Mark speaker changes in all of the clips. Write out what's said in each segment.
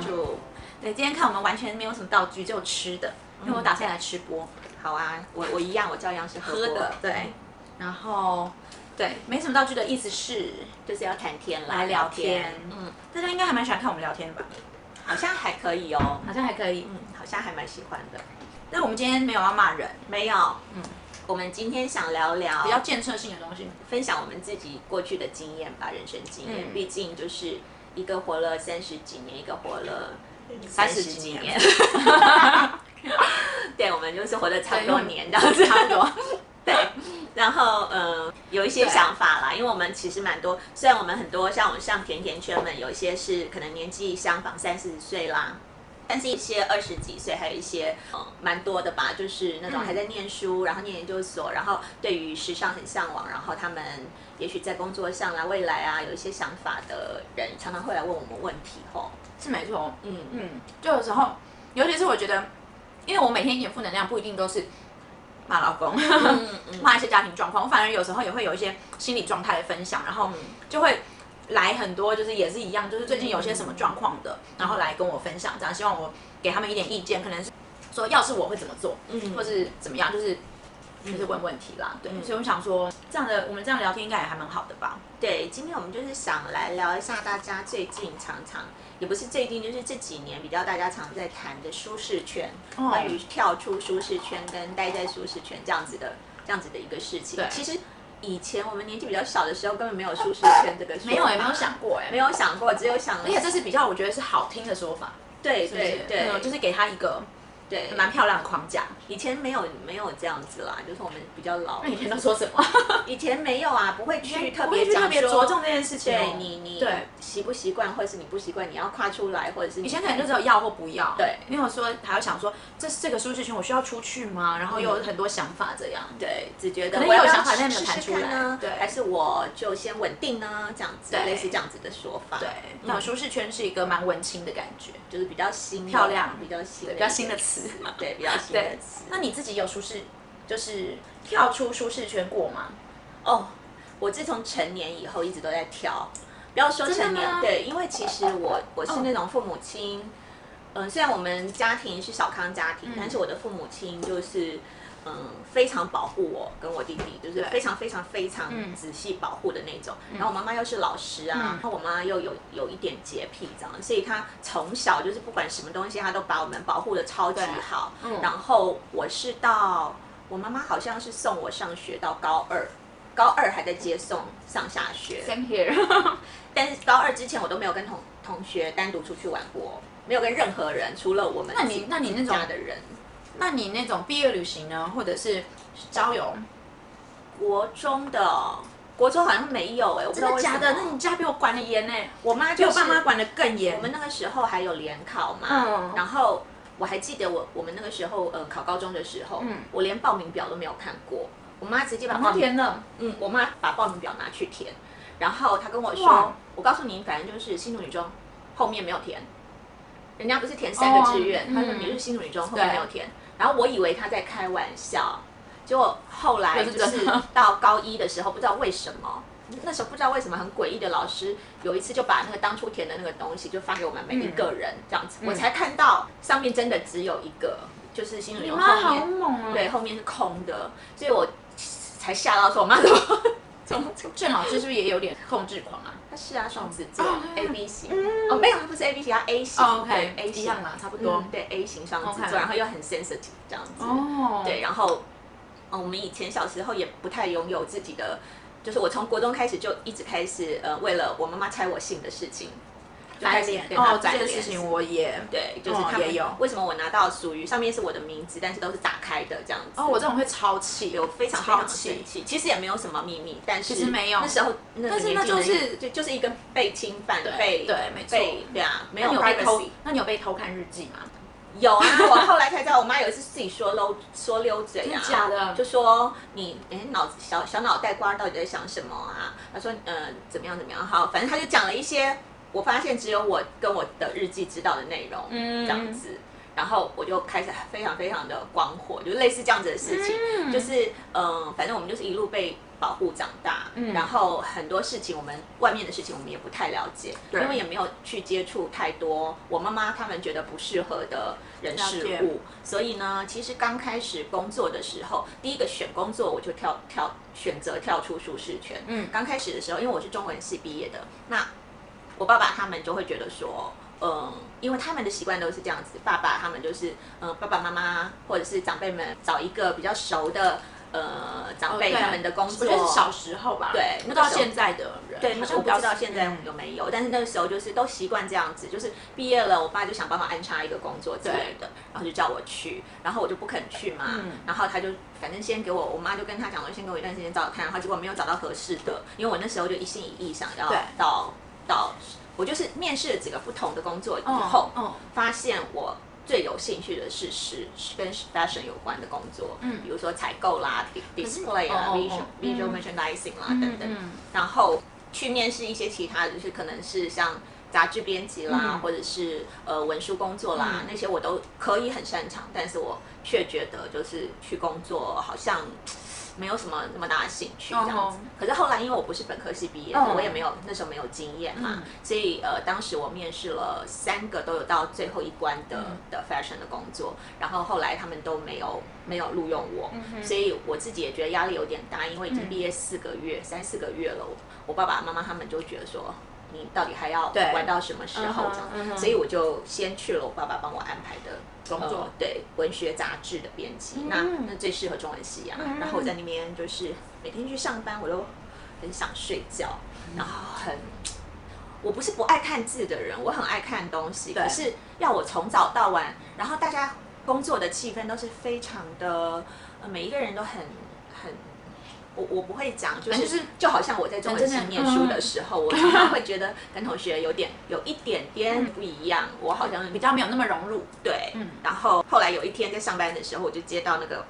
Speaker 1: 就对，今天看我们完全没有什么道具，就吃的，因为我打算来吃播。好啊，我我一样，我照样是喝
Speaker 2: 喝
Speaker 1: 播
Speaker 2: 的
Speaker 1: 对，然后对，没什么道具的意思是就是要谈天啦
Speaker 2: 来聊天
Speaker 1: 嗯，
Speaker 2: 大家应该还蛮喜欢看我们聊天的吧？
Speaker 1: 好像还可以哦，
Speaker 2: 好像还可以。
Speaker 1: 嗯，好像还蛮喜欢的。
Speaker 2: 但我们今天没有要骂人，
Speaker 1: 没有，嗯，我们今天想聊聊
Speaker 2: 比较建设性的东西。
Speaker 1: 分享我们自己过去的经验吧，人生经验。
Speaker 2: 嗯
Speaker 1: 毕竟就是一个活了三十几年，一个活了
Speaker 2: 三十
Speaker 1: 几
Speaker 2: 几 年
Speaker 1: 年。对，我们就是活得差不多年这样子。
Speaker 2: 差不多。
Speaker 1: 对，然后嗯，有一些想法啦，因为我们其实蛮多，虽然我们很多像我们上甜甜圈们，有一些是可能年纪相仿三四十岁啦。但是一些二十几岁，还有一些嗯，蛮多的吧，就是那种
Speaker 2: 嗯
Speaker 1: 还在念书，然后念研究所，然后对于时尚很向往，然后他们也许在工作上啊、未来啊有一些想法的人，常常会来问我们问题吼。
Speaker 2: 是没错。
Speaker 1: 嗯嗯
Speaker 2: 嗯，就有时候，尤其是我觉得，因为我每天一点负能量不一定都是骂老公，
Speaker 1: 嗯嗯，
Speaker 2: 骂一些家庭状况，我反而有时候也会有一些心理状态的分享，然后
Speaker 1: 嗯
Speaker 2: 就会来很多，就是也是一样，就是最近有些什么状况的，然后来跟我分享，这样希望我给他们一点意见，可能是说要是我会怎么做，
Speaker 1: 嗯
Speaker 2: 或是怎么样，就是就是问问题啦，对，
Speaker 1: 嗯
Speaker 2: 所以我想说，这样的我们这样聊天应该也还蛮好的吧，
Speaker 1: 对，今天我们就是想来聊一下大家最近常常，也不是最近，就是这几年比较大家常在谈的舒适圈，
Speaker 2: 哦
Speaker 1: 关于跳出舒适圈跟待在舒适圈这样子的这样子的一个事情
Speaker 2: 对。
Speaker 1: 其实以前我们年纪比较小的时候，根本没有舒适圈这个说法，
Speaker 2: 没有也没有想过哎、
Speaker 1: 没有想过，只有想，
Speaker 2: 而且这是比较我觉得是好听的说法，
Speaker 1: 对
Speaker 2: 是不是
Speaker 1: 对对
Speaker 2: 嗯，就是给他一个
Speaker 1: 对，
Speaker 2: 蛮漂亮的框架。
Speaker 1: 以前没有没有这样子啦，就是我们比较老
Speaker 2: 那，以前都说 什么？
Speaker 1: 以前没有啊，不会去特
Speaker 2: 特
Speaker 1: 别
Speaker 2: 别
Speaker 1: 讲
Speaker 2: 特别着
Speaker 1: 说。
Speaker 2: 重这件事情哦、
Speaker 1: 对你，你
Speaker 2: 对
Speaker 1: 习不习惯，或者是你不习惯，你要跨出来，或者是你
Speaker 2: 以前可能就只有要或不要，
Speaker 1: 对
Speaker 2: 没有说还要想说这这个舒适圈我需要出去吗？然后又有很多想法这样，
Speaker 1: 对，只觉得
Speaker 2: 可能
Speaker 1: 我要
Speaker 2: 有
Speaker 1: 不要
Speaker 2: 想法但没有
Speaker 1: 试试
Speaker 2: 弹出
Speaker 1: 看
Speaker 2: 来
Speaker 1: 呢
Speaker 2: 对
Speaker 1: 还是我就先稳定呢，这样子，
Speaker 2: 对
Speaker 1: 类似这样子的说法，
Speaker 2: 对。
Speaker 1: 嗯
Speaker 2: 那种舒适圈是一个蛮文青的感觉，
Speaker 1: 就是比较新的、
Speaker 2: 漂亮
Speaker 1: 比较新、
Speaker 2: 比较新的，词。
Speaker 1: 对，比较新的
Speaker 2: 对
Speaker 1: 词，。
Speaker 2: 那你自己有舒适，就是跳出舒适圈过吗？
Speaker 1: 哦，我自从成年以后一直都在跳，不要说
Speaker 2: 真的
Speaker 1: 成年
Speaker 2: 吗，
Speaker 1: 对，因为其实我我是那种父母亲，嗯、虽然我们家庭是小康家庭，
Speaker 2: 嗯
Speaker 1: 但是我的父母亲就是。嗯，非常保护我跟我弟弟，就是
Speaker 2: 对
Speaker 1: 非常非常非常
Speaker 2: 嗯
Speaker 1: 仔细保护的那种。然后我妈妈又是老师啊，
Speaker 2: 嗯
Speaker 1: 然后我妈又有有一点洁癖这样，所以她从小就是不管什么东西，她都把我们保护的超级
Speaker 2: 对
Speaker 1: 好。
Speaker 2: 嗯
Speaker 1: 然后我是到我妈妈好像是送我上学到高二，高二还在接送上下学，
Speaker 2: Same here，
Speaker 1: 但是高二之前我都没有跟同同学单独出去玩过，没有跟任何人，除了我们
Speaker 2: 那你那你那种
Speaker 1: 家的人。
Speaker 2: 那你那种毕业旅行呢，或者是郊游，
Speaker 1: 国中的哦国中好像没有哎、我不知
Speaker 2: 真
Speaker 1: 道
Speaker 2: 的
Speaker 1: 为什
Speaker 2: 假
Speaker 1: 么。
Speaker 2: 的？那你家比我管的严呢、
Speaker 1: 我妈
Speaker 2: 比
Speaker 1: 就
Speaker 2: 我
Speaker 1: 是
Speaker 2: 爸妈管的更严。
Speaker 1: 我们那个时候还有联考嘛，
Speaker 2: 嗯
Speaker 1: 然后我还记得我我们那个时候呃考高中的时候，
Speaker 2: 嗯哦
Speaker 1: 我连报名表都没有看过，我妈直接把
Speaker 2: 我
Speaker 1: 报
Speaker 2: 们
Speaker 1: 名
Speaker 2: 填了，
Speaker 1: 嗯，我妈把报名表拿去填，然后她跟我说
Speaker 2: 哇，
Speaker 1: 我告诉你，反正就是新竹女中后面没有填，人家不是填三个志愿，
Speaker 2: 哦
Speaker 1: 她说你
Speaker 2: 嗯
Speaker 1: 是新竹女中后面
Speaker 2: 对
Speaker 1: 没有填，然后我以为她在开玩笑，结果后来
Speaker 2: 就是
Speaker 1: 就
Speaker 2: 真的
Speaker 1: 是到高一的时候，不知道为什么。那时候不知道为什么很诡异的老师有一次就把那个当初填的那个东西就发给我们每一个人这样子，
Speaker 2: 嗯
Speaker 1: 我才看到上面真的只有一个，就是新竹女
Speaker 2: 你
Speaker 1: 中
Speaker 2: 妈
Speaker 1: 后
Speaker 2: 好
Speaker 1: 面
Speaker 2: 猛啊！
Speaker 1: 对，后面是空的，所以我才吓到说我妈怎么
Speaker 2: 郑老师是不是也有点控制狂啊？
Speaker 1: 他是啊，双子座、
Speaker 2: 哦
Speaker 1: A B 型、哦，没有，他不是 A B 型，他 A 型、
Speaker 2: 哦，OK，
Speaker 1: 对 A 型
Speaker 2: 一样啦差不多
Speaker 1: 嗯对 A 型双子座
Speaker 2: OK
Speaker 1: 然后又很 sensitive 这样子，
Speaker 2: 哦
Speaker 1: 对，，然后、哦、我们以前小时候也不太拥有自己的，就是我从国中开始就一直开始呃，为了我妈妈拆我信的事情，就开
Speaker 2: 白
Speaker 1: 始
Speaker 2: 脸
Speaker 1: 跟她
Speaker 2: 哦，这
Speaker 1: 翻
Speaker 2: 件
Speaker 1: 脸
Speaker 2: 事情我也
Speaker 1: 对，就是
Speaker 2: 哦
Speaker 1: 他们
Speaker 2: 也有
Speaker 1: 为什么我拿到属于上面是我的名字，但是都是打开的这样子，
Speaker 2: 哦，我这种会超气，
Speaker 1: 有非常非常
Speaker 2: 超
Speaker 1: 的生
Speaker 2: 气，
Speaker 1: 气，其实也没有什么秘密，但是
Speaker 2: 其实没有
Speaker 1: 那时候那个
Speaker 2: 但是
Speaker 1: 年
Speaker 2: 那
Speaker 1: 纪的
Speaker 2: 就是
Speaker 1: 一对，就是一个被侵犯，
Speaker 2: 对
Speaker 1: 被
Speaker 2: 对没错
Speaker 1: 被对啊，没
Speaker 2: 那
Speaker 1: 有
Speaker 2: 你有被偷
Speaker 1: privacy。？
Speaker 2: 那你有被偷看日记吗？
Speaker 1: 有啊，我后来才知道，我妈有一次自己说漏说溜嘴啊，
Speaker 2: 真的假的
Speaker 1: 就说你哎脑小小脑袋瓜到底在想什么啊？她说呃怎么样怎么样，好，反正她就讲了一些我发现只有我跟我的日记知道的内容，
Speaker 2: 嗯
Speaker 1: 这样子。然后我就开始非常非常的光火，就类似这样子的事情，就是嗯、呃反正我们就是一路被保护长大，
Speaker 2: 嗯
Speaker 1: 然后很多事情我们外面的事情我们也不太了解，
Speaker 2: 对
Speaker 1: 因为也没有去接触太多我妈妈他们觉得不适合的人事
Speaker 2: 了解
Speaker 1: 物，所以呢，其实刚开始工作的时候，第一个选工作我就跳跳选择跳出舒适圈，
Speaker 2: 嗯
Speaker 1: 刚开始的时候，因为我是中文系毕业的，那我爸爸他们就会觉得说，嗯，因为他们的习惯都是这样子，爸爸他们就是，嗯，爸爸妈妈或者是长辈们找一个比较熟的，呃，长辈
Speaker 2: 对啊
Speaker 1: 他们的工作，
Speaker 2: 我觉得是小时候吧，
Speaker 1: 对
Speaker 2: 不
Speaker 1: 那
Speaker 2: 到
Speaker 1: 个时候
Speaker 2: 现在的人，
Speaker 1: 对，
Speaker 2: 好
Speaker 1: 那
Speaker 2: 像
Speaker 1: 我不
Speaker 2: 比较
Speaker 1: 知道现在
Speaker 2: 嗯
Speaker 1: 有没有，但是那个时候就是都习惯这样子，就是毕业了，我爸就想帮我安插一个工作之类的，然后就叫我去，然后我就不肯去嘛，
Speaker 2: 嗯
Speaker 1: 然后他就反正先给我，我妈就跟他讲说先给我一段时间找找看，然后结果没有找到合适的，因为我那时候就一心一意想要
Speaker 2: 对
Speaker 1: 到到，我就是面试了几个不同的工作以后，
Speaker 2: 嗯嗯
Speaker 1: 发现我。最有兴趣的是是是跟 fashion 有关的工作，嗯比如说采购啦、di-
Speaker 2: 是
Speaker 1: display 啊、
Speaker 2: 哦哦
Speaker 1: visual
Speaker 2: 哦
Speaker 1: visual
Speaker 2: 嗯
Speaker 1: merchandising 啦、
Speaker 2: 嗯
Speaker 1: 等等。
Speaker 2: 嗯
Speaker 1: 然后去面试一些其他的，就是可能是像杂志编辑啦，
Speaker 2: 嗯
Speaker 1: 或者是呃文书工作啦，
Speaker 2: 嗯
Speaker 1: 那些我都可以很擅长，但是我却觉得就是去工作好像。没有什么那么大的兴趣这样子
Speaker 2: 哦吼
Speaker 1: 可是后来因为我不是本科系毕业的
Speaker 2: 嗯
Speaker 1: 我也没有那时候没有经验嘛
Speaker 2: 嗯
Speaker 1: 所以呃当时我面试了三个都有到最后一关的、
Speaker 2: 嗯
Speaker 1: 的 fashion 的工作，然后后来他们都没有没有录用我、
Speaker 2: 嗯哼
Speaker 1: 所以我自己也觉得压力有点大，因为已经
Speaker 2: 嗯
Speaker 1: 毕业四个月、三四个月了，我我爸爸妈妈他们就觉得说。你到底还要
Speaker 2: 对
Speaker 1: 玩到什么时候
Speaker 2: 嗯哼
Speaker 1: 这样？
Speaker 2: 嗯哼
Speaker 1: 所以我就先去了我爸爸帮我安排的
Speaker 2: 工作嗯
Speaker 1: 呃对文学杂志的编辑，那那最适合中文系啊。然后我在那边就是每天去上班，我都很想睡觉，
Speaker 2: 嗯
Speaker 1: 然后很我不是不爱看字的人，我很爱看东西，
Speaker 2: 对
Speaker 1: 可是要我从早到晚，然后大家工作的气氛都是非常的，呃每一个人都很很。我我不会讲，就是、
Speaker 2: 反正就是
Speaker 1: 就好像我在中文
Speaker 2: 反正嗯
Speaker 1: 系
Speaker 2: 真的
Speaker 1: 念书的时候，我常常会觉得跟同学有点有一点点不一样，我好像
Speaker 2: 比较没有那么融入，
Speaker 1: 对，
Speaker 2: 嗯
Speaker 1: 然后后来有一天在上班的时候，我就接到那个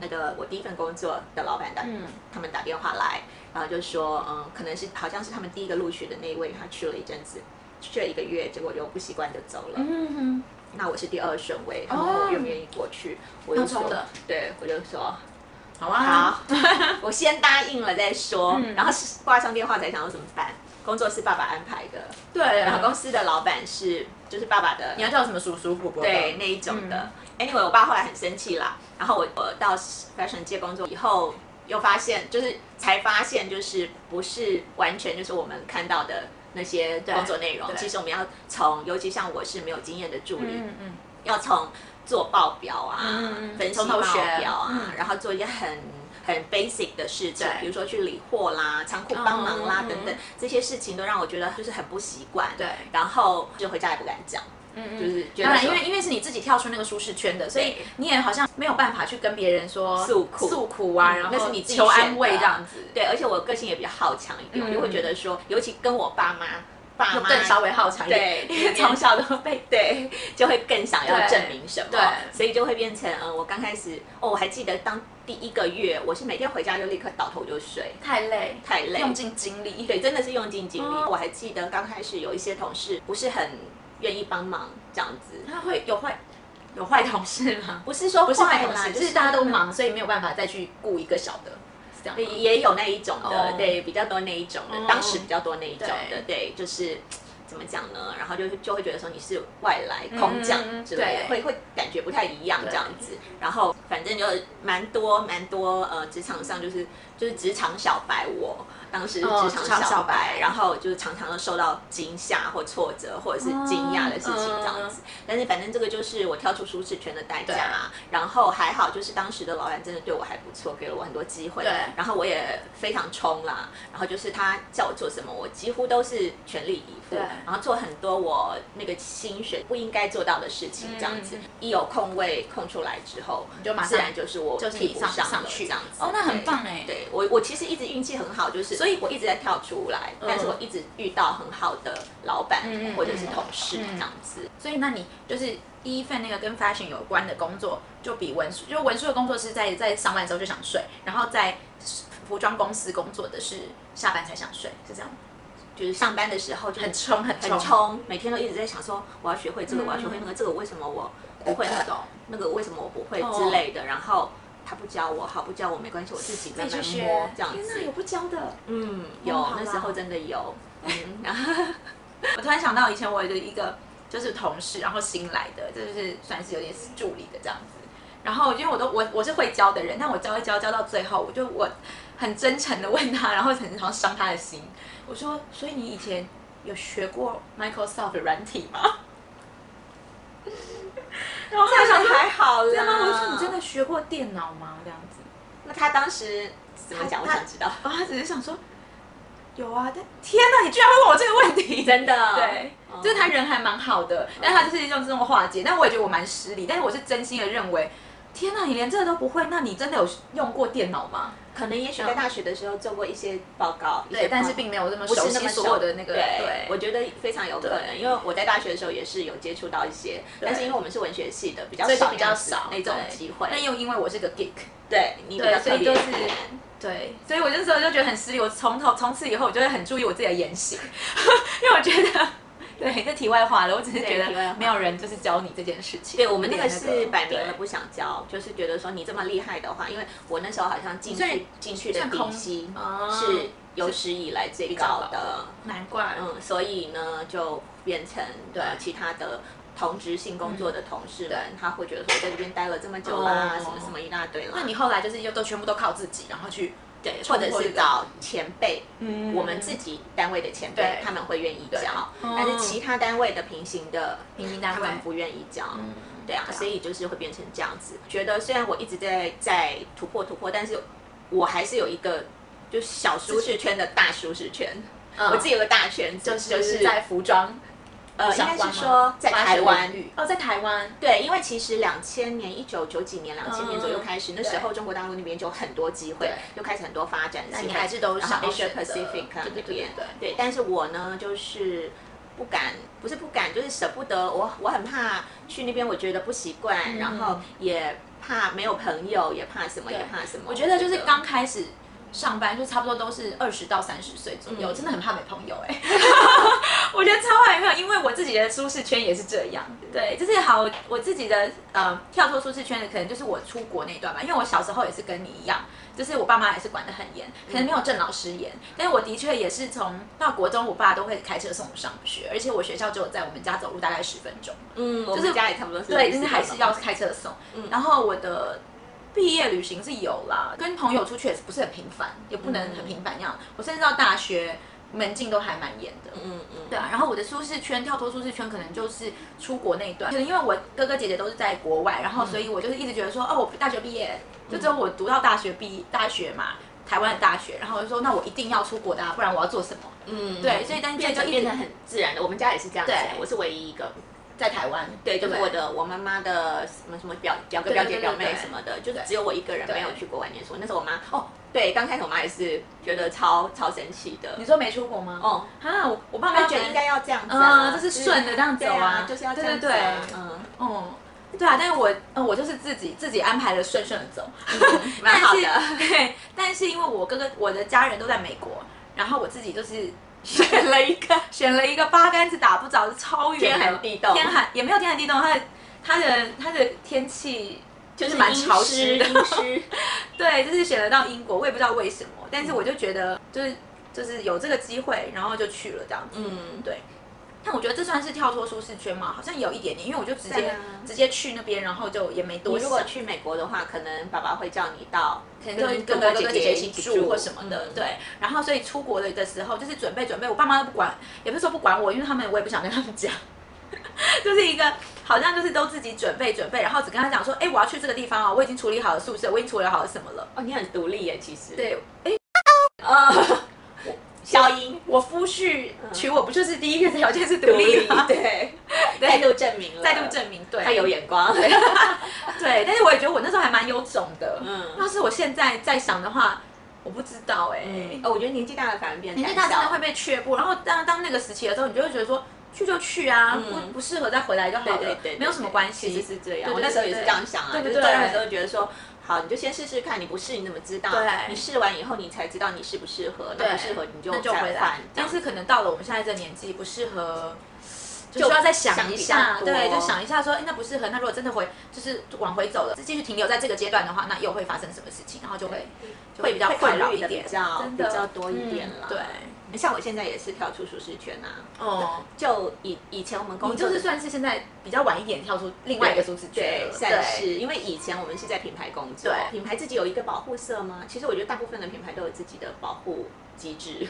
Speaker 1: 那个我第一份工作的老板打、
Speaker 2: 嗯
Speaker 1: 他们打电话来，然后就说，嗯，可能是好像是他们第一个录取的那一位，他去了一阵子，去了一个月，结果就不习惯就走了。
Speaker 2: 嗯哦
Speaker 1: 那我是第二顺位，他们问我愿不愿意过去，我就
Speaker 2: 用
Speaker 1: 说
Speaker 2: 冲的，
Speaker 1: 对，我就说
Speaker 2: 哼，好啊，
Speaker 1: 好， 我先答应了再说，
Speaker 2: 嗯
Speaker 1: 然后是挂上电话才想说怎么办。工作是爸爸安排的，
Speaker 2: 对，
Speaker 1: 然后
Speaker 2: 然
Speaker 1: 公
Speaker 2: 后
Speaker 1: 司的老板是就是爸爸的
Speaker 2: 你要嗯叫我什么叔叔伯伯，
Speaker 1: 对，那一种的。anyway，我爸后来很生气啦，然后我我到 fashion 界工作以后，又发现就是才发现就是不是完全就是我们看到的那些工作内容，
Speaker 2: 对
Speaker 1: 其实我们要从，尤其像我是没有经验的助理，
Speaker 2: 嗯嗯，
Speaker 1: 要从做报表啊，
Speaker 2: 嗯嗯
Speaker 1: 分析
Speaker 2: 从
Speaker 1: 报
Speaker 2: 头学
Speaker 1: 表啊，
Speaker 2: 嗯
Speaker 1: 然后做一些很。很 basic 的事情
Speaker 2: 对，
Speaker 1: 比如说去理货啦、仓库帮忙啦、
Speaker 2: 嗯嗯
Speaker 1: 等等，这些事情都让我觉得就是很不习惯。
Speaker 2: 对
Speaker 1: 然后就回家也不敢讲，嗯就是觉得
Speaker 2: 当然，
Speaker 1: 说
Speaker 2: 因为因为是你自己跳出那个舒适圈的，所以
Speaker 1: 对
Speaker 2: 你也好像没有办法去跟别人说
Speaker 1: 诉苦
Speaker 2: 诉苦啊，然后
Speaker 1: 那是你自己
Speaker 2: 求
Speaker 1: 选
Speaker 2: 安
Speaker 1: 的
Speaker 2: 慰这样子，
Speaker 1: 对，而且我个性也比较好强一点，我就会
Speaker 2: 嗯
Speaker 1: 觉得说，尤其跟我爸妈、爸
Speaker 2: 就
Speaker 1: 妈
Speaker 2: 更稍微好强一点，
Speaker 1: 对
Speaker 2: 因为从小都 被
Speaker 1: 对，就会更想要
Speaker 2: 对
Speaker 1: 证明什么，
Speaker 2: 对
Speaker 1: 所以就会变成，嗯，我刚开始，哦，我还记得当第一个月，我是每天回家就立刻倒头就睡，
Speaker 2: 太累，
Speaker 1: 太累，
Speaker 2: 用尽精力，
Speaker 1: 对，真的是用尽精力。
Speaker 2: 哦
Speaker 1: 我还记得刚开始有一些同事不是很愿意帮忙这样子，
Speaker 2: 他会有坏有坏同事吗？
Speaker 1: 不是说
Speaker 2: 啊不是坏
Speaker 1: 坏
Speaker 2: 同
Speaker 1: 啦，
Speaker 2: 事，
Speaker 1: 就
Speaker 2: 只是大嗯家都忙，所以没有办法再去雇一个小的，是这样
Speaker 1: 对，
Speaker 2: 吗。
Speaker 1: 也有那一种的，
Speaker 2: 哦
Speaker 1: 对，比较多那一种的，
Speaker 2: 哦
Speaker 1: 当时比较多那一种的
Speaker 2: 对，
Speaker 1: 对，就是怎么讲呢？然后就就会觉得说你是外来空降
Speaker 2: 嗯
Speaker 1: 之类的，
Speaker 2: 对
Speaker 1: 会会感觉不太一样
Speaker 2: 对
Speaker 1: 这样子。然后反正就蛮多蛮多呃，职场上就是就是职场小白我。当时是
Speaker 2: 哦
Speaker 1: 职
Speaker 2: 职
Speaker 1: 场
Speaker 2: 场
Speaker 1: 小
Speaker 2: 小
Speaker 1: 白，
Speaker 2: 白
Speaker 1: 然后就是常常都受到惊吓或挫折或者是惊讶的事情这样子。
Speaker 2: 嗯
Speaker 1: 但是反正这个就是我跳出舒适圈的代价啦。然后还好，就是当时的老板真的对我还不错，给了我很多机会。
Speaker 2: 对
Speaker 1: 然后我也非常冲啦。然后就是他叫我做什么，我几乎都是全力以赴
Speaker 2: 对。
Speaker 1: 然后做很多我那个薪水不应该做到的事情，这样子。
Speaker 2: 嗯嗯
Speaker 1: 一有空位空出来之后，
Speaker 2: 就马上
Speaker 1: 自然就是我
Speaker 2: 就是
Speaker 1: 替
Speaker 2: 你
Speaker 1: 补
Speaker 2: 上
Speaker 1: 上
Speaker 2: 上
Speaker 1: 了
Speaker 2: 去
Speaker 1: 这样子。
Speaker 2: 哦那很
Speaker 1: 对
Speaker 2: 棒欸
Speaker 1: 对我，我其实一直运气很好，就是所以我一直在跳出来，但是
Speaker 2: 嗯
Speaker 1: 我一直遇到很好的老板
Speaker 2: 嗯嗯
Speaker 1: 或者是
Speaker 2: 嗯
Speaker 1: 同事
Speaker 2: 嗯
Speaker 1: 这样子。
Speaker 2: 所以那你就是第一份那个跟 fashion 有关的工作，就比文书，就文书的工作是在在上班的时候就想睡，然后在服装公司工作的是下班才想睡，是这样吗？
Speaker 1: 就是上班的时候就
Speaker 2: 很冲很
Speaker 1: 很
Speaker 2: 冲嗯
Speaker 1: 冲，每天都一直在想说我要学会这个，我要学会那个，这个为什么我不会那
Speaker 2: 懂
Speaker 1: 种，那个为什么我不会
Speaker 2: 哦
Speaker 1: 之类的，然后。他不教我，好不教我没关系，我自己慢慢摸这样
Speaker 2: 天
Speaker 1: 子
Speaker 2: 哪，。有不教的。
Speaker 1: 嗯，
Speaker 2: 哦
Speaker 1: 有
Speaker 2: 好啦
Speaker 1: 那时候真的 有，嗯，然后
Speaker 2: 我突然想到以前我有一个一个就是同事，然后新来的，就是算是有点助理的这样子。然后因为我都我我是会教的人，但我教一教教到最后，我就我很真诚的问他，然后很常伤他的心。我说，所以你以前有学过 Microsoft 的软体吗？然后 他想还
Speaker 1: 好
Speaker 2: 真的吗？我就说你真
Speaker 1: 的，
Speaker 2: 的学过电脑吗？这样子。
Speaker 1: 那他当时怎么讲？我
Speaker 2: 他
Speaker 1: 想知道，
Speaker 2: 然后他只是想说，有啊，但天哪，你居然会问我这个问题？
Speaker 1: 真的，
Speaker 2: 对，
Speaker 1: 嗯
Speaker 2: 就是他人还蛮好的，但他就是用这种化解。但我也觉得我蛮失礼，但是我是真心的认为，天哪，你连这个都不会，那你真的有用过电脑吗？
Speaker 1: 可能也许在大学的时候做过一些报告，一些
Speaker 2: 嗯对，但是
Speaker 1: 报告
Speaker 2: 并没有这么
Speaker 1: 不
Speaker 2: 熟
Speaker 1: 是那
Speaker 2: 悉
Speaker 1: 么
Speaker 2: 所有的那个
Speaker 1: 对，我
Speaker 2: 对。
Speaker 1: 觉得非常有可能，
Speaker 2: 对
Speaker 1: 因为我在大学的时候也是有接触到一些，
Speaker 2: 对
Speaker 1: 但是因为我们是文学系的，比较
Speaker 2: 所以就
Speaker 1: 少
Speaker 2: 比较
Speaker 1: 那样子
Speaker 2: 少
Speaker 1: 那种
Speaker 2: 对
Speaker 1: 机会。
Speaker 2: 但又因为我是个 geek，
Speaker 1: 对你比
Speaker 2: 对
Speaker 1: 较，
Speaker 2: 所
Speaker 1: 特别
Speaker 2: 以就
Speaker 1: 一
Speaker 2: 是
Speaker 1: 点，
Speaker 2: 对，所以我那时候就觉得很失礼。我从头从此以后，我就会很注意我自己的言行， 因为我觉得， 对，这题外话了。我只是觉
Speaker 1: 对题外
Speaker 2: 得
Speaker 1: 话
Speaker 2: 没有人就是教你这件事情。
Speaker 1: 对我们那个
Speaker 2: 有
Speaker 1: 是
Speaker 2: 点
Speaker 1: 摆明了
Speaker 2: 对
Speaker 1: 不想教，就是觉得说你这么厉害的话，因为我那时候好像进
Speaker 2: 所以
Speaker 1: 去进去的
Speaker 2: 算
Speaker 1: 底
Speaker 2: 空
Speaker 1: 薪
Speaker 2: 哦
Speaker 1: 是有史以来最
Speaker 2: 较
Speaker 1: 高
Speaker 2: 高
Speaker 1: 的，
Speaker 2: 难怪，
Speaker 1: 嗯，所以呢就变成
Speaker 2: 对
Speaker 1: 呃其他的同职性工作的同事们，
Speaker 2: 对
Speaker 1: 他会觉得说我在这边待了这么久啦，
Speaker 2: 哦
Speaker 1: 什么什么一大堆啦。
Speaker 2: 那你后来就是又都全部都靠自己，然后去对，
Speaker 1: 或者是找前辈，
Speaker 2: 嗯
Speaker 1: 我们自己单位的前辈
Speaker 2: 对，
Speaker 1: 他们会愿意教，
Speaker 2: 嗯
Speaker 1: 但是其他单位的平行的
Speaker 2: 平行单
Speaker 1: 他
Speaker 2: 位
Speaker 1: 们不愿意教。对啊，
Speaker 2: 对啊
Speaker 1: 所以就是会变成这样子。觉得虽然我一直在在突破突破，但是我还是有一个就小舒适圈的大舒适圈。我自己有个大圈子，嗯就是
Speaker 2: 就是在服装，
Speaker 1: 呃，应
Speaker 2: 相
Speaker 1: 该
Speaker 2: 关
Speaker 1: 是
Speaker 2: 吗
Speaker 1: 说在台湾，
Speaker 2: 哦，在台湾，
Speaker 1: 对，因为其实两千年一九九几年、两千年左右开始，
Speaker 2: 嗯
Speaker 1: 那时候中国大陆那边就很多机会
Speaker 2: 对，
Speaker 1: 就开始很多发展的机会。
Speaker 2: 那你还是都
Speaker 1: 然
Speaker 2: 想
Speaker 1: 后
Speaker 2: 要
Speaker 1: Asia
Speaker 2: 选择
Speaker 1: Pacific 啊
Speaker 2: 对对对
Speaker 1: 那边
Speaker 2: 对
Speaker 1: 对但是我呢就是不敢，不是不敢，就是舍不得。我我很怕去那边，我觉得不习惯，然后
Speaker 2: 嗯
Speaker 1: 也怕没有朋友，也怕什么，也怕什么。啊
Speaker 2: 我觉得就是刚开始。上班就差不多都是二十到三十岁左右，
Speaker 1: 嗯
Speaker 2: 真的很怕没朋友哎、 我觉得超怕没朋友，因为我自己的舒适圈也是这样。对，就是好，我自己的呃跳脱舒适圈的，可能就是我出国那段吧，因为我小时候也是跟你一样，就是我爸妈也是管得很严，
Speaker 1: 嗯
Speaker 2: 可能没有郑老师严，但是我的确也是从到国中，我爸都会开车送我上学，而且我学校只有在我们家走路大概十分钟。
Speaker 1: 嗯，我
Speaker 2: 就
Speaker 1: 们
Speaker 2: 是
Speaker 1: 家也差不多是
Speaker 2: 对，
Speaker 1: 类
Speaker 2: 就
Speaker 1: 似这
Speaker 2: 是
Speaker 1: 嗯
Speaker 2: 还
Speaker 1: 种
Speaker 2: 是要开车送。然后我的毕业旅行是有啦，跟朋友出去也不是很频繁，也不能
Speaker 1: 嗯
Speaker 2: 很频繁那样。我甚至到大学门禁都还蛮严的。
Speaker 1: 嗯嗯，
Speaker 2: 对啊，然后我的舒适圈跳脱舒适圈，可能就是出国那一段。可能因为我哥哥姐姐都是在国外，然后所以
Speaker 1: 嗯
Speaker 2: 我就是一直觉得说，哦，我大学毕业，就只有我读到大学毕大学嘛，台湾的大学，然后我就说，那我一定要出国的、啊，不然我要做什么？
Speaker 1: 嗯，
Speaker 2: 对所以但是
Speaker 1: 变
Speaker 2: 就
Speaker 1: 就
Speaker 2: 一直
Speaker 1: 变得很自然的。我们家也是这样子
Speaker 2: 对，
Speaker 1: 我是唯一一个。
Speaker 2: 在台湾，
Speaker 1: 对，就是
Speaker 2: 对
Speaker 1: 我的我妈妈的什么什么表表哥
Speaker 2: 对
Speaker 1: 表姐
Speaker 2: 对对
Speaker 1: 表妹
Speaker 2: 对
Speaker 1: 什么的，就是
Speaker 2: 对
Speaker 1: 只有我一个人
Speaker 2: 对
Speaker 1: 没有去国外念书。那时候我妈哦，对，刚开始我妈也是觉得超超神奇的
Speaker 2: 你，说没出国吗？
Speaker 1: 哦，
Speaker 2: 啊，我我爸妈
Speaker 1: 她觉得应该要这样子
Speaker 2: 嗯
Speaker 1: 啊，
Speaker 2: 就是
Speaker 1: 就
Speaker 2: 顺着这样走啊
Speaker 1: 对啊，就是要这样子啊
Speaker 2: 对对对
Speaker 1: 嗯，
Speaker 2: 哦，对啊，但是我呃，我就是自己自己安排的顺顺的走，
Speaker 1: 蛮好的
Speaker 2: 但是对，但是因为我哥哥我的家人都在美国，然后我自己就是
Speaker 1: 选了一个，
Speaker 2: 选了一个八竿子打不着的超远的
Speaker 1: 天寒地冻
Speaker 2: 天寒也没有天寒地冻，它的它的它的天气
Speaker 1: 就是
Speaker 2: 蛮
Speaker 1: 蛮
Speaker 2: 潮
Speaker 1: 潮
Speaker 2: 湿
Speaker 1: 湿
Speaker 2: 的
Speaker 1: 阴湿，
Speaker 2: 对，就是选得到英国，我也不知道为什么，但是我就觉得就是就是有这个机会，然后就去了这样子，
Speaker 1: 嗯，
Speaker 2: 对。但我觉得这算是跳脱舒适圈嘛，好像有一点点，因为我就直接、
Speaker 1: 对啊
Speaker 2: 直接去那边，然后就也没多
Speaker 1: 我
Speaker 2: 想。
Speaker 1: 如果去美国的话，可能爸爸会叫你到，可
Speaker 2: 可能就跟哥哥姐姐一起住嗯或什么的，
Speaker 1: 嗯
Speaker 2: 对。然后所以出国的的时候，就是准备准备，我爸妈都不管，也不是说不管我，因为他们我也不想跟他们讲， 就是一个好像就是都自己准备准备，然后只跟他讲说，哎，我要去这个地方啊，我已经处理好了宿舍，我已经处理好了什么了。
Speaker 1: 哦，你很独立耶，其实，
Speaker 2: 对，哎，
Speaker 1: 啊，消音
Speaker 2: 我夫婿娶我不就是第一个条件是嗯独立吗？
Speaker 1: 对，再
Speaker 2: 对，
Speaker 1: 度证明了，
Speaker 2: 再度证明，对，
Speaker 1: 他有眼光，
Speaker 2: 对，但是我也觉得我那时候还蛮有种的。
Speaker 1: 嗯
Speaker 2: 要是我现在再想的话，我不知道哎、
Speaker 1: 哦，我觉得年纪大了反而变
Speaker 2: 年纪大真的
Speaker 1: 胆小
Speaker 2: 会被却步，然后当当那个时期的时候，你就会觉得说，去就去啊，
Speaker 1: 嗯
Speaker 2: 不不适合再回来就好了，
Speaker 1: 对对对对
Speaker 2: 没有什么关系。
Speaker 1: 其实是这样。
Speaker 2: 对
Speaker 1: 我
Speaker 2: 对
Speaker 1: 那时候也是
Speaker 2: 对
Speaker 1: 这样想啊，
Speaker 2: 对
Speaker 1: 就
Speaker 2: 不
Speaker 1: 是
Speaker 2: 对
Speaker 1: 大家很多觉得说，好，你就先试试看，你不试你怎么知道？
Speaker 2: 对
Speaker 1: 你试完以后你才知道你适不适合，那不适合你就
Speaker 2: 那就
Speaker 1: 再
Speaker 2: 回来
Speaker 1: 换。。
Speaker 2: 但是可能到了我们现在这年纪，不适合，就
Speaker 1: 就
Speaker 2: 需要再
Speaker 1: 想
Speaker 2: 想
Speaker 1: 比
Speaker 2: 一
Speaker 1: 较
Speaker 2: 下，
Speaker 1: 多
Speaker 2: 对，就想一下说，哎，那不适合。那如果真的回，就是往回走了，继续停留在这个阶段的话，那又会发生什么事情？然后就会就会比较
Speaker 1: 会
Speaker 2: 困
Speaker 1: 考
Speaker 2: 扰
Speaker 1: 虑
Speaker 2: 一
Speaker 1: 的
Speaker 2: 点，
Speaker 1: 比较
Speaker 2: 真
Speaker 1: 比
Speaker 2: 的嗯
Speaker 1: 较多一点啦。
Speaker 2: 对，
Speaker 1: 像我现在也是跳出舒适圈啊。
Speaker 2: 哦。
Speaker 1: 就以以前我们工
Speaker 2: 你
Speaker 1: 作
Speaker 2: 就
Speaker 1: 的
Speaker 2: 是算是现在比较晚一点跳出另外一个舒适圈
Speaker 1: 对，
Speaker 2: 了，
Speaker 1: 算是，因为以前我们是在品牌工作，
Speaker 2: 对
Speaker 1: 品牌自己有一个保护色吗？其实我觉得大部分的品牌都有自己的保护机制。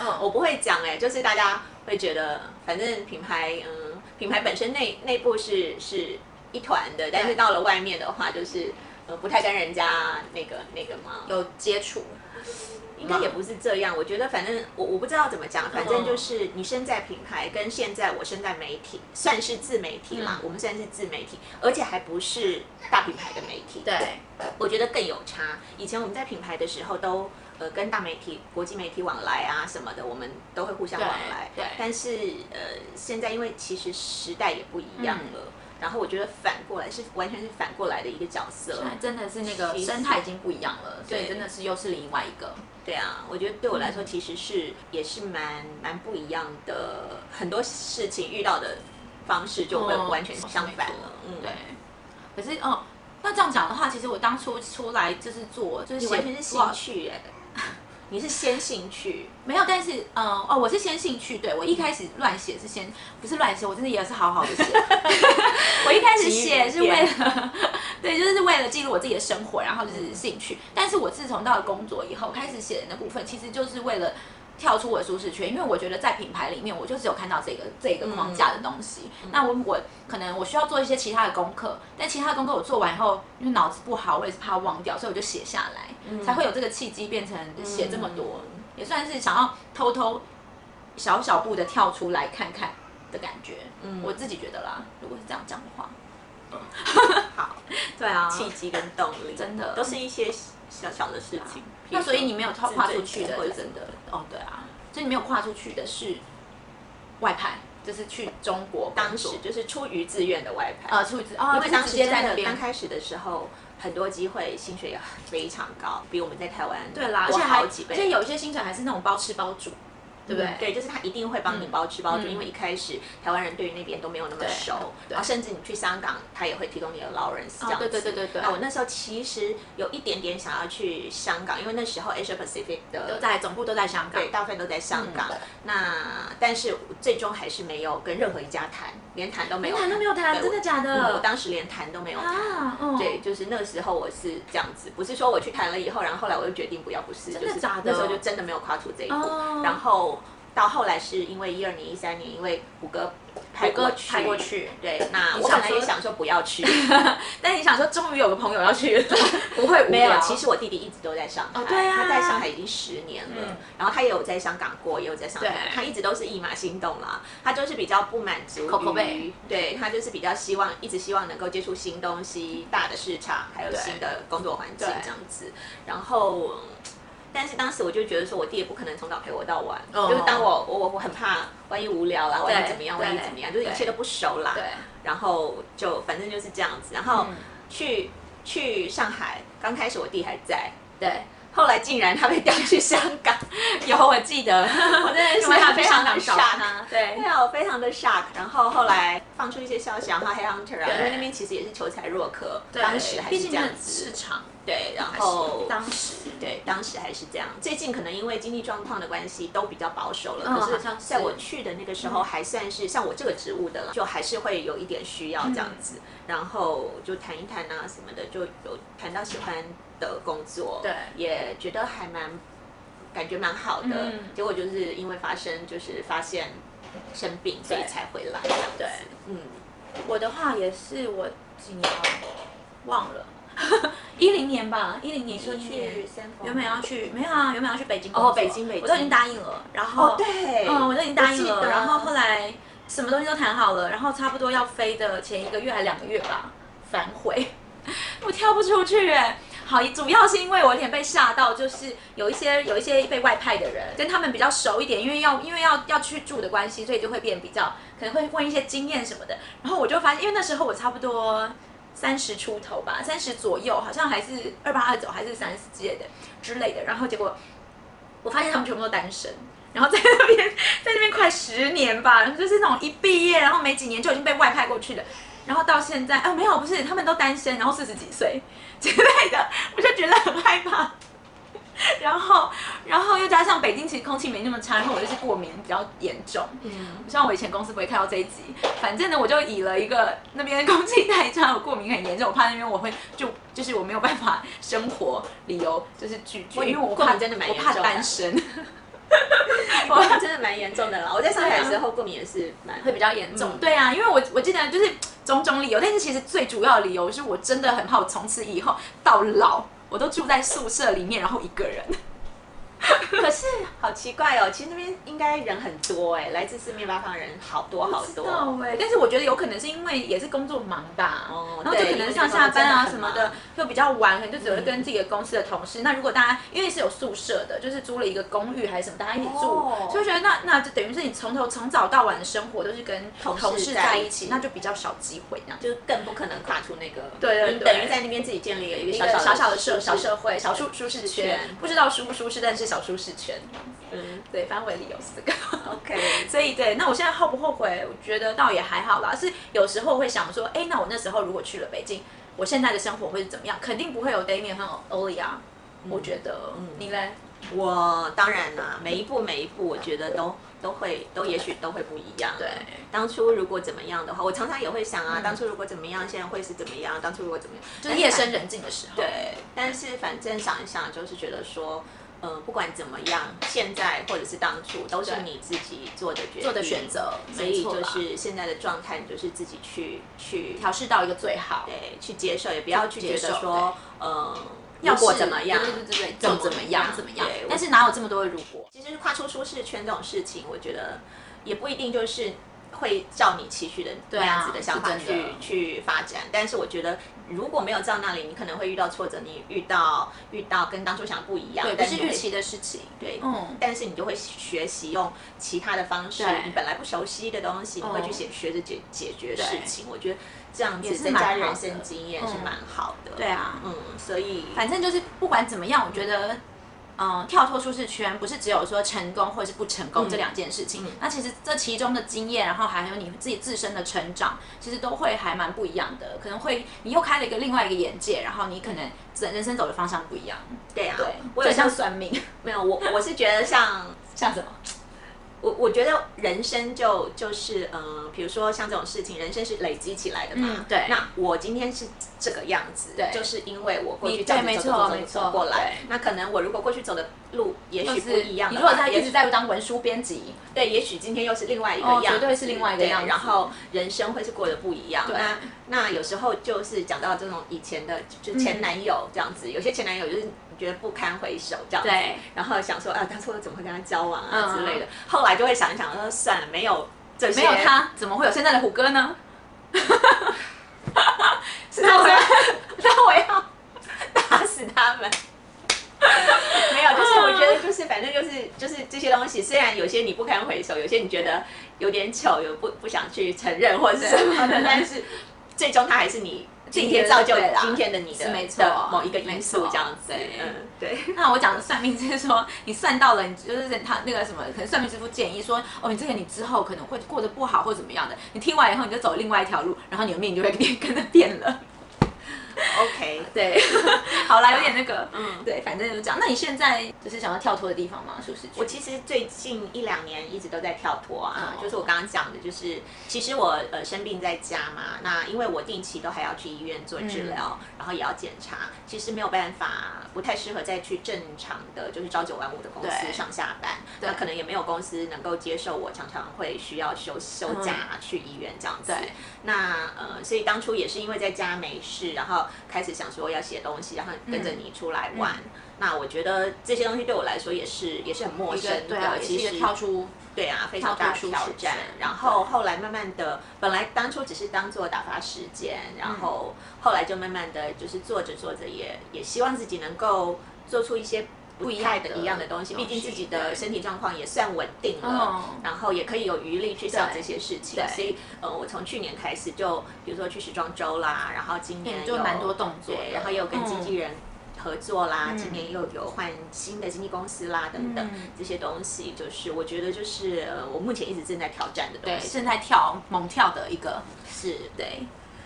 Speaker 2: 嗯
Speaker 1: 我不会讲哎、就是大家会觉得，反正品牌，嗯，品牌本身内内部是是一团的，但是到了外面的话，就是呃不太跟人家那个那个嘛，
Speaker 2: 有接触，
Speaker 1: 应该也不是这样。我觉得反正我我不知道怎么讲，反正
Speaker 2: 嗯
Speaker 1: 就是你身在品牌跟现在我身在媒体，算是自媒体啦，
Speaker 2: 嗯
Speaker 1: 我们算是自媒体，而且还不是大品牌的媒体。
Speaker 2: 对，
Speaker 1: 我觉得更有差。以前我们在品牌的时候都。呃，跟大媒体、国际媒体往来啊什么的，我们都会互相往来。
Speaker 2: 对对
Speaker 1: 但是呃，现在因为其实时代也不一样了，
Speaker 2: 嗯
Speaker 1: 然后我觉得反过来是完全是反过来的一个角色。
Speaker 2: 真的是那个
Speaker 1: 其实
Speaker 2: 生态已经不一样了，所以
Speaker 1: 对
Speaker 2: 真的是又是另外一个，
Speaker 1: 对啊，我觉得对我来说其实是也是蛮蛮不一样的，很多事情遇到的方式就会
Speaker 2: 嗯
Speaker 1: 完全相反了。嗯，
Speaker 2: 对。可是哦，那这样讲的话，其实我当初出来就是做，就是
Speaker 1: 你
Speaker 2: 写
Speaker 1: 完全是兴
Speaker 2: 哇
Speaker 1: 趣哎、 你是先兴趣，
Speaker 2: 没有，但是嗯哦，我是先兴趣，对我一开始乱写是先不是乱写，我真的也是好好的写。 我一开始写是为了，对，就是为了记录我自己的生活，然后就是兴趣。但是我自从到了工作以后，开始写的那部分，其实就是为了。跳出我的舒适圈，因为我觉得在品牌里面，我就只有看到这个这个框架的东西。那我我可能我需要做一些其他的功课，但其他的功课我做完以后，因为脑子不好，我也是怕忘掉，所以我就写下来，才会有这个契机变成写这么多，
Speaker 1: 嗯
Speaker 2: 也算是想要偷偷小小步的跳出来看看的感觉。
Speaker 1: 嗯
Speaker 2: 我自己觉得啦，如果是这样讲的话，
Speaker 1: 好，
Speaker 2: 对啊
Speaker 1: 契机跟动力，
Speaker 2: 真的
Speaker 1: 都是一些小小的事情。
Speaker 2: 那所以你没有跨
Speaker 1: 自
Speaker 2: 跨出去
Speaker 1: 尊
Speaker 2: 的，
Speaker 1: 或
Speaker 2: 就
Speaker 1: 者
Speaker 2: 真的哦，对啊，所以你没有跨出去的是外派，就是去中国工作
Speaker 1: 当时就是出于自愿的外派，
Speaker 2: 呃出去之哦，
Speaker 1: 因
Speaker 2: 就
Speaker 1: 为
Speaker 2: 是
Speaker 1: 当
Speaker 2: 直
Speaker 1: 时
Speaker 2: 接
Speaker 1: 真
Speaker 2: 在那
Speaker 1: 的刚
Speaker 2: 边。
Speaker 1: 开始的时候，很多机会薪水也非常高，比我们在台湾
Speaker 2: 对啦，而
Speaker 1: 多
Speaker 2: 且还
Speaker 1: 好几
Speaker 2: 而且
Speaker 1: 倍。
Speaker 2: 有一些薪水还是那种包吃包住，对不对？
Speaker 1: 对，就是他一定会帮你包吃包住，
Speaker 2: 嗯
Speaker 1: 因为一开始台湾人对于那边都没有那么
Speaker 2: 对
Speaker 1: 熟，
Speaker 2: 对哦
Speaker 1: 然后甚至你去香港，他也会提供你的 allowance 这样子。
Speaker 2: 对对对对对
Speaker 1: 那我那时候其实有一点点想要去香港，因为那时候 Asia Pacific
Speaker 2: 都
Speaker 1: 的
Speaker 2: 在总部都在香港
Speaker 1: 对，。大部分都在香港。
Speaker 2: 嗯
Speaker 1: 那但是最终还是没有跟任何一家谈，连谈都没有，
Speaker 2: 连谈都没有
Speaker 1: 对
Speaker 2: 谈真的
Speaker 1: 我
Speaker 2: 假的
Speaker 1: 嗯我当时连谈都没有谈。
Speaker 2: 啊，嗯
Speaker 1: 对，，就是那个时候我是这样子，不是说我去谈了以后，然后后来我就决定不要，不是，
Speaker 2: 真的
Speaker 1: 就是
Speaker 2: 假的
Speaker 1: 那时候就真的没有跨出这一步。
Speaker 2: 哦
Speaker 1: 然后到后来是因为一二年、一三年，因为谷歌派
Speaker 2: 虎哥
Speaker 1: 过去，
Speaker 2: 拍过去。
Speaker 1: 对，那
Speaker 2: 你
Speaker 1: 我本
Speaker 2: 想
Speaker 1: 来也
Speaker 2: 说
Speaker 1: 想说不要去，
Speaker 2: 但你想说，终于有个朋友要去了，不会无聊。
Speaker 1: 没有，其实我弟弟一直都在上海，
Speaker 2: 哦对啊
Speaker 1: 他在上海已经十年了，
Speaker 2: 嗯
Speaker 1: 然后他也有在香港过，也有在上海
Speaker 2: 对，
Speaker 1: 他一直都是一马心动啦，他就是比较不满足于
Speaker 2: 口口碑，
Speaker 1: 对他就是比较希望一直希望能够接触新东西、大的市场，还有
Speaker 2: 对
Speaker 1: 新的工作环境
Speaker 2: 对
Speaker 1: 这样子，然后。但是当时我就觉得说，我弟也不可能从早陪我到晚，
Speaker 2: 哦
Speaker 1: 就是当我我我我很怕，万一无聊啦，万一
Speaker 2: 对
Speaker 1: 怎么样，万一
Speaker 2: 对
Speaker 1: 怎么样，就是一切
Speaker 2: 对
Speaker 1: 都不熟啦。
Speaker 2: 对，
Speaker 1: 然后就反正就是这样子，然后
Speaker 2: 嗯
Speaker 1: 去、去上海，刚开始我弟还在，
Speaker 2: 对，
Speaker 1: 后来竟然他被调去香港，
Speaker 2: 有我记得，
Speaker 1: 我真的是
Speaker 2: 因为他
Speaker 1: 非
Speaker 2: 非
Speaker 1: 常
Speaker 2: 常
Speaker 1: 的
Speaker 2: 难
Speaker 1: shock。
Speaker 2: 对
Speaker 1: 对啊，我非常的 shock。然后后来放出一些消息，然后 h e Hunter 啊，
Speaker 2: 对
Speaker 1: 因为那边其实也是求才若渴，
Speaker 2: 对，
Speaker 1: 当时还
Speaker 2: 毕
Speaker 1: 是
Speaker 2: 竟
Speaker 1: 这样
Speaker 2: 那市
Speaker 1: 子。
Speaker 2: 场，
Speaker 1: 对，然后
Speaker 2: 当时
Speaker 1: 对，当时还是这样。最近可能因为经济状况的关系，都比较保守了。
Speaker 2: 嗯
Speaker 1: 可
Speaker 2: 好
Speaker 1: 是
Speaker 2: 像是嗯
Speaker 1: 在我去的那个时候，还算是像我这个职务的了，就还是会有一点需要这样子。
Speaker 2: 嗯
Speaker 1: 然后就谈一谈啊什么的，就有谈到喜欢的工作，
Speaker 2: 对
Speaker 1: 也觉得还蛮感觉蛮好的。
Speaker 2: 嗯
Speaker 1: 结果就是因为发生，就是发现生病，所以
Speaker 2: 对
Speaker 1: 才回来这样子。
Speaker 2: 对
Speaker 1: 嗯，
Speaker 2: 我的话也是我几年啊忘了， 一零年吧，一零年
Speaker 1: 你说
Speaker 2: 一年
Speaker 1: 去三峰
Speaker 2: 原本要去没有啊，原本要去北京工作
Speaker 1: 哦北京北京
Speaker 2: 我都已经答应了，然后
Speaker 1: 哦对，
Speaker 2: 嗯，我都已经答应
Speaker 1: 我记
Speaker 2: 了，
Speaker 1: 得
Speaker 2: 然后后来什么东西都谈好了，然后差不 多要飞的前一个月还两个月吧，反悔，我跳不出去哎、好，主要是因为我有点被吓到，就是有一些有一些被外派的人，跟他们比较熟一点，因为要因为要要去住的关系，所以就会变比较可能会问一些经验什么的。然后我就发现，因为那时候我差不多三十出头吧，三十左右，好像还是二八二九还是三十之类的之类的。然后结果我发现他们全部都单身。然后在那边， 在那边快十年吧，然后就是那种一毕业，然后没几年就已经被外派过去的，然后到现在，啊、没有，不是，他们都单身，然后四十几岁之类的，我就觉得很害怕。 然后，然后又加上北京其实空气没那么差，然后我就是过敏比较严重。
Speaker 1: 嗯，
Speaker 2: 我希望我以前公司不会看到这一集。反正呢，我就以了一个那边空气太差，我过敏很严重，我怕那边我会就就是我没有办法生活，理由就是拒绝，
Speaker 1: 我
Speaker 2: 因为我
Speaker 1: 过
Speaker 2: 怕
Speaker 1: 敏真的蛮
Speaker 2: 我
Speaker 1: 严
Speaker 2: 怕
Speaker 1: 重的
Speaker 2: 单身。
Speaker 1: 过敏真的蛮严重的啦。我在上海的时候过敏也是蛮
Speaker 2: 会比较严重。
Speaker 1: 嗯
Speaker 2: 对啊，因为我我记得就是种种理由，但是其实最主要的理由是我真的很怕我从此以后到老，我都住在宿舍里面，然后一个人。
Speaker 1: 可是好奇怪哦，其实那边应该人很多哎、来自四面八方的人好多好多。
Speaker 2: 哎、但是我觉得有可能是因为也是工作忙吧，
Speaker 1: 哦
Speaker 2: 然后就
Speaker 1: 对
Speaker 2: 可能
Speaker 1: 因为
Speaker 2: 上
Speaker 1: 工作
Speaker 2: 下班啊
Speaker 1: 真
Speaker 2: 什
Speaker 1: 的
Speaker 2: 么
Speaker 1: 很
Speaker 2: 的
Speaker 1: 忙嗯
Speaker 2: 就比较晚，可能就只会跟自己的公司的同事。那如果大家因为是有宿舍的，就是租了一个公寓还是什么，大家一起住，
Speaker 1: 哦
Speaker 2: 所以我觉得那那就等于是你从头从早到晚的生活都是跟
Speaker 1: 同事
Speaker 2: 事
Speaker 1: 在
Speaker 2: 在
Speaker 1: 一
Speaker 2: 一起
Speaker 1: 起，
Speaker 2: 那就比较少机会这样。
Speaker 1: 就更不可能跨出那个，
Speaker 2: 对对
Speaker 1: 你
Speaker 2: 对
Speaker 1: 等于在那边自己建立了一个
Speaker 2: 一
Speaker 1: 小
Speaker 2: 个
Speaker 1: 小
Speaker 2: 小
Speaker 1: 的
Speaker 2: 小的社
Speaker 1: 舒适
Speaker 2: 小社会、小舒舒适圈
Speaker 1: 圈，
Speaker 2: 不知道舒不舒适，但是小舒适圈。
Speaker 1: 嗯
Speaker 2: 对，反正我的理由是这个。
Speaker 1: ，OK，
Speaker 2: 所以对，那我现在后不后悔？我觉得倒也还好啦，是有时候会想说，哎，那我那时候如果去了北京，我现在的生活会是怎么样？肯定不会有 Damian 和 Oli 啊，我觉得。你嘞？
Speaker 1: 我当然啦、每一步每一步，我觉得都都会都也许都会不一样。
Speaker 2: 对，嗯
Speaker 1: 当初如果怎么样的话，我常常也会想啊，当初如果怎么样，现在会是怎么样？当初如果怎么样，
Speaker 2: 就是夜深人静的时候。
Speaker 1: 对，但是反正想一想，就是觉得说，嗯、不管怎么样，现在或者是当初，都是
Speaker 2: 对
Speaker 1: 你自己做的决定
Speaker 2: 做的选择
Speaker 1: 所
Speaker 2: 没
Speaker 1: 以
Speaker 2: 错
Speaker 1: 就
Speaker 2: 啦
Speaker 1: 是现在的状态，你就是自己去去
Speaker 2: 调试到一个最好。
Speaker 1: 对去接受，也不要去觉
Speaker 2: 接受
Speaker 1: 得说，嗯、
Speaker 2: 要
Speaker 1: 如果
Speaker 2: 是
Speaker 1: 怎么样，
Speaker 2: 对对对对，就怎么样怎么样
Speaker 1: 对？
Speaker 2: 但是哪有这么多的如果？
Speaker 1: 其实跨出舒适圈这种事情，我觉得也不一定就是会照你期许的那
Speaker 2: 啊
Speaker 1: 样子的想法
Speaker 2: 是真
Speaker 1: 去、
Speaker 2: 的
Speaker 1: 去发展。但是我觉得如果没有到那里，你可能会遇到挫折，你遇到遇到跟当初想的不一样，
Speaker 2: 对，不
Speaker 1: 但
Speaker 2: 是
Speaker 1: 你会
Speaker 2: 预期的事情。
Speaker 1: 对，
Speaker 2: 嗯
Speaker 1: 但是你就会学习用其他的方式
Speaker 2: 对，嗯
Speaker 1: 你本来不熟悉的东西，你会去解学着解解决事情。我觉得这样
Speaker 2: 也
Speaker 1: 子
Speaker 2: 是
Speaker 1: 增
Speaker 2: 蛮
Speaker 1: 加
Speaker 2: 好
Speaker 1: 人
Speaker 2: 的
Speaker 1: 生经验是
Speaker 2: 嗯
Speaker 1: 蛮好的。
Speaker 2: 对啊
Speaker 1: 嗯，所以
Speaker 2: 反正就是不管怎么样，我觉得，嗯、跳脱舒适圈不是只有说成功或是不成功这
Speaker 1: 嗯
Speaker 2: 两件事情，那其实这其中的经验，然后还有你自己自身的成长，其实都会还蛮不一样的，可能会你又开了一个另外一个眼界，然后你可能整人生走的方向不一样，
Speaker 1: 对啊，
Speaker 2: 对，
Speaker 1: 我
Speaker 2: 就
Speaker 1: 有
Speaker 2: 很像
Speaker 1: 像
Speaker 2: 算命，
Speaker 1: 没有我我是觉得像。
Speaker 2: 像什么？
Speaker 1: 我我觉得人生就就是嗯，比如说像这种事情，人生是累积起来的嘛。
Speaker 2: 嗯对
Speaker 1: 那我今天是这个样子，
Speaker 2: 对
Speaker 1: 就是因为我过
Speaker 2: 你
Speaker 1: 去这样
Speaker 2: 对
Speaker 1: 子走
Speaker 2: 没错
Speaker 1: 走走
Speaker 2: 没
Speaker 1: 走
Speaker 2: 错
Speaker 1: 走过来
Speaker 2: 对。
Speaker 1: 那可能我如果过去走的路，也许不一样
Speaker 2: 你
Speaker 1: 的
Speaker 2: 如
Speaker 1: 话。
Speaker 2: 果在
Speaker 1: 也
Speaker 2: 一
Speaker 1: 许
Speaker 2: 直在当文书编辑，
Speaker 1: 对，也许今天又是另外一个
Speaker 2: 哦
Speaker 1: 样子，
Speaker 2: 绝对是另外一个
Speaker 1: 对
Speaker 2: 样子
Speaker 1: 然后人生会是过得不一样。
Speaker 2: 对
Speaker 1: 那那有时候就是讲到这种以前的，
Speaker 2: 嗯
Speaker 1: 就前男友这样子，有些前男友就是你觉得不堪回首这样子，
Speaker 2: 对
Speaker 1: 然后想说啊，当初我怎么会跟他交往啊
Speaker 2: 嗯
Speaker 1: 之类的，后来就会想一想说算了，没有这些，
Speaker 2: 没有他怎么会有现在的虎哥呢？是
Speaker 1: 那
Speaker 2: 他
Speaker 1: 我
Speaker 2: 吗
Speaker 1: 要？那我要打死他们。没有，就是我觉得就是反正就是就是这些东西，虽然有些你不堪回首，有些你觉得有点糗，有不不想去承认或是什么的，但是最终它还是你今天造就
Speaker 2: 对啦
Speaker 1: 今天的你的
Speaker 2: 是没错
Speaker 1: 的某一个因
Speaker 2: 没
Speaker 1: 素
Speaker 2: 错
Speaker 1: 这样子
Speaker 2: 对。
Speaker 1: 嗯，对，
Speaker 2: 那我讲的算命就是说，你算到了，你就是他那个什么，可能算命师傅建议说，哦，你这个你之后可能会过得不好或怎么样的，你听完以后你就走另外一条路，然后你的命就会变跟着变了。
Speaker 1: OK，
Speaker 2: 对，好啦，有点那个，嗯，
Speaker 1: 嗯
Speaker 2: 对，反正就是这样。那你现在就是想要跳脱的地方吗？舒适区？
Speaker 1: 我其实最近一两年一直都在跳脱啊，
Speaker 2: 哦
Speaker 1: 就是我刚刚讲的，就是其实我呃生病在家嘛，那因为我定期都还要去医院做治疗，
Speaker 2: 嗯
Speaker 1: 然后也要检查，其实没有办法，不太适合再去正常的就是朝九晚五的公
Speaker 2: 对
Speaker 1: 司上下班，那
Speaker 2: 对
Speaker 1: 可能也没有公司能够接受我常常会需要休休假、去医院这样子。
Speaker 2: 嗯对
Speaker 1: 那呃，所以当初也是因为在家没事，然后开始想说要写东西，然后跟
Speaker 2: 嗯
Speaker 1: 着你出来玩。那我觉得这些东西对我来说也是也是很陌
Speaker 2: 一
Speaker 1: 生
Speaker 2: 个
Speaker 1: 的，
Speaker 2: 对啊，也是
Speaker 1: 其
Speaker 2: 一
Speaker 1: 实
Speaker 2: 个跳出
Speaker 1: 对啊，非常大的挑
Speaker 2: 挑
Speaker 1: 战
Speaker 2: 战。
Speaker 1: 然后后来慢慢的，本来当初只是当做打发时间，然后
Speaker 2: 嗯
Speaker 1: 后来就慢慢的就是做着做着也也希望自己能够做出一些。不一样的
Speaker 2: 不一样的
Speaker 1: 一样的东西，
Speaker 2: 东
Speaker 1: 毕
Speaker 2: 西
Speaker 1: 竟自己的
Speaker 2: 对
Speaker 1: 身体状况也算稳定了，
Speaker 2: 嗯
Speaker 1: 然后也可以有余力去想这些事情。
Speaker 2: 对
Speaker 1: 所以，呃，我从去年开始就，比如说去时装周啦，然后今年
Speaker 2: 嗯做
Speaker 1: 有
Speaker 2: 蛮多动作的
Speaker 1: 对，然后也有跟
Speaker 2: 嗯
Speaker 1: 经纪人合作啦，
Speaker 2: 嗯
Speaker 1: 今年又有换新的经纪公司啦，等等、
Speaker 2: 嗯
Speaker 1: 这些东西，就是我觉得就是呃我目前一直正在挑战的
Speaker 2: 对，
Speaker 1: 东西，
Speaker 2: 正在跳猛跳的一个，
Speaker 1: 是
Speaker 2: 对，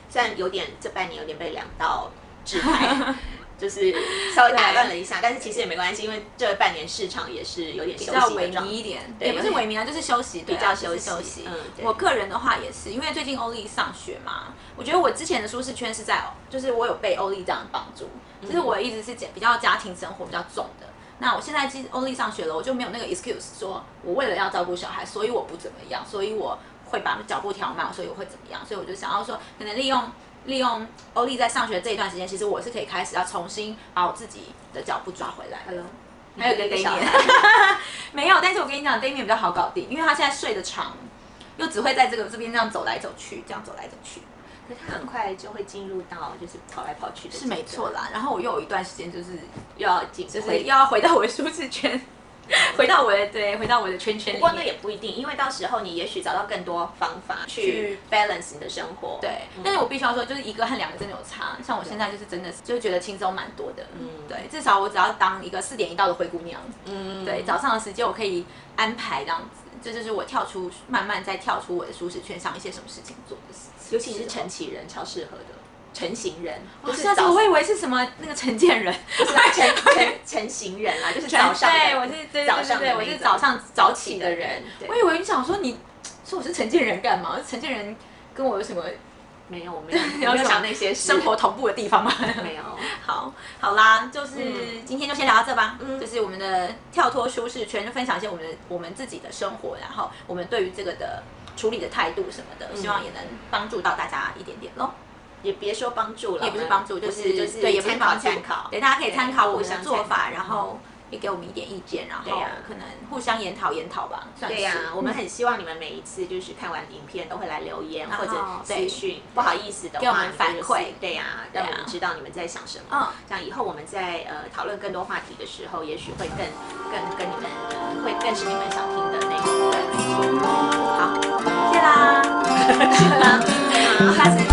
Speaker 1: 虽然有点这半年有点被两道制 裁。就是稍微打乱了一下，但是其实也没关系，因为这半年市场也是有点
Speaker 2: 比
Speaker 1: 休
Speaker 2: 较
Speaker 1: 息的
Speaker 2: 萎
Speaker 1: 状
Speaker 2: 靡
Speaker 1: 态。
Speaker 2: 一点，
Speaker 1: 对
Speaker 2: 也不是萎靡啊，就是休息，比
Speaker 1: 比较
Speaker 2: 休
Speaker 1: 休息
Speaker 2: 息
Speaker 1: 嗯对
Speaker 2: 我个人的话也是，因为最近欧丽上学嘛，我觉得我之前的舒适圈是在，就是我有被欧丽这样帮助，就是
Speaker 1: 嗯
Speaker 2: 我一直是比较家庭生活比较重的。那我现在进欧丽上学了，我就没有那个 excuse 说我为了要照顾小孩，所以我不怎么样，所以我会把脚步调慢，所以我会怎么样，所以我就想要说，可能利用利用欧丽在上学这一段时间，其实我是可以开始要重新把我自己的脚步抓回来的。
Speaker 1: Hello，
Speaker 2: 还有一个
Speaker 1: 小
Speaker 2: Damien，
Speaker 1: 孩
Speaker 2: 没有，但是我跟你讲，Damien 比较好搞定，因为他现在睡得长，又只会在这个这边这样走来走去，这样走来走去
Speaker 1: 可是他很快就会进入到就是跑来跑去的，
Speaker 2: 是没错，啦。然后我又有一段时间就是
Speaker 1: 又要进
Speaker 2: 就
Speaker 1: 就是
Speaker 2: 要回到我的舒适圈，回到我的对，回到我的圈圈
Speaker 1: 不
Speaker 2: 里
Speaker 1: 过那也
Speaker 2: 面。
Speaker 1: 不一定，因为到时候你也许找到更多方法去
Speaker 2: 去
Speaker 1: balance 你的生活。
Speaker 2: 对，但是我必须要说，就是一个和两个真的有差。像我现在就是真的是就觉得轻松蛮多的，嗯，对，至少我只要当一个四点一到的灰姑娘，
Speaker 1: 嗯，
Speaker 2: 对，早上的时间我可以安排这样子，这就是我跳出慢慢再跳出我的舒适圈，想一些什么事情做的事情。
Speaker 1: 尤其你是晨起人，超适合的。成型人，
Speaker 2: 我
Speaker 1: 不是
Speaker 2: 哦下次
Speaker 1: 早
Speaker 2: 我以为是什么那个陈建仁，
Speaker 1: 不是啊 成成成型人啦， 就是早上的
Speaker 2: 对，我是对对
Speaker 1: 早上的
Speaker 2: 对，
Speaker 1: 那
Speaker 2: 我
Speaker 1: 一
Speaker 2: 是
Speaker 1: 种
Speaker 2: 早上早起的人
Speaker 1: 对。
Speaker 2: 我以为你想说你说我是陈建仁干嘛？陈建仁跟我有 什么
Speaker 1: 没有，我没 有，
Speaker 2: 要
Speaker 1: 我没有想那些事
Speaker 2: 生活同步的地方吗？
Speaker 1: 没有。
Speaker 2: 好，好啦，就是、今天就先聊到这吧。
Speaker 1: 嗯
Speaker 2: 就是我们的跳脱舒适圈，就分享一些我们的我们自己的生活，然后我们对于这个的处理的态度什么的，希望也能帮助到大家一点点喽。
Speaker 1: 也别说帮助了，
Speaker 2: 也不是帮助，
Speaker 1: 不
Speaker 2: 就是是
Speaker 1: 就是
Speaker 2: 对，也不是
Speaker 1: 参考
Speaker 2: 帮助
Speaker 1: 参考，
Speaker 2: 对，大家可以参考我
Speaker 1: 互
Speaker 2: 们的
Speaker 1: 相
Speaker 2: 做
Speaker 1: 参
Speaker 2: 法，
Speaker 1: 考嗯
Speaker 2: 然后也给我们一点意见，然后
Speaker 1: 对呀
Speaker 2: 可能互相研讨研讨吧，算是。
Speaker 1: 对呀、我们
Speaker 2: 嗯
Speaker 1: 很希望你们每一次就是看完影片都会来留言
Speaker 2: 然
Speaker 1: 或
Speaker 2: 后
Speaker 1: 者私
Speaker 2: 对
Speaker 1: 讯，不好意思的话
Speaker 2: 给我们反
Speaker 1: 你就是
Speaker 2: 馈
Speaker 1: 对呀、哦
Speaker 2: 对
Speaker 1: 让
Speaker 2: 啊
Speaker 1: 我们知道你们在想什么。
Speaker 2: 嗯
Speaker 1: 这样以后我们在呃讨论更多话题的时候，也许会更更跟你们、呃会更是你们想听的内容。
Speaker 2: 好，谢啦，
Speaker 1: 是吗？对啊
Speaker 2: 下次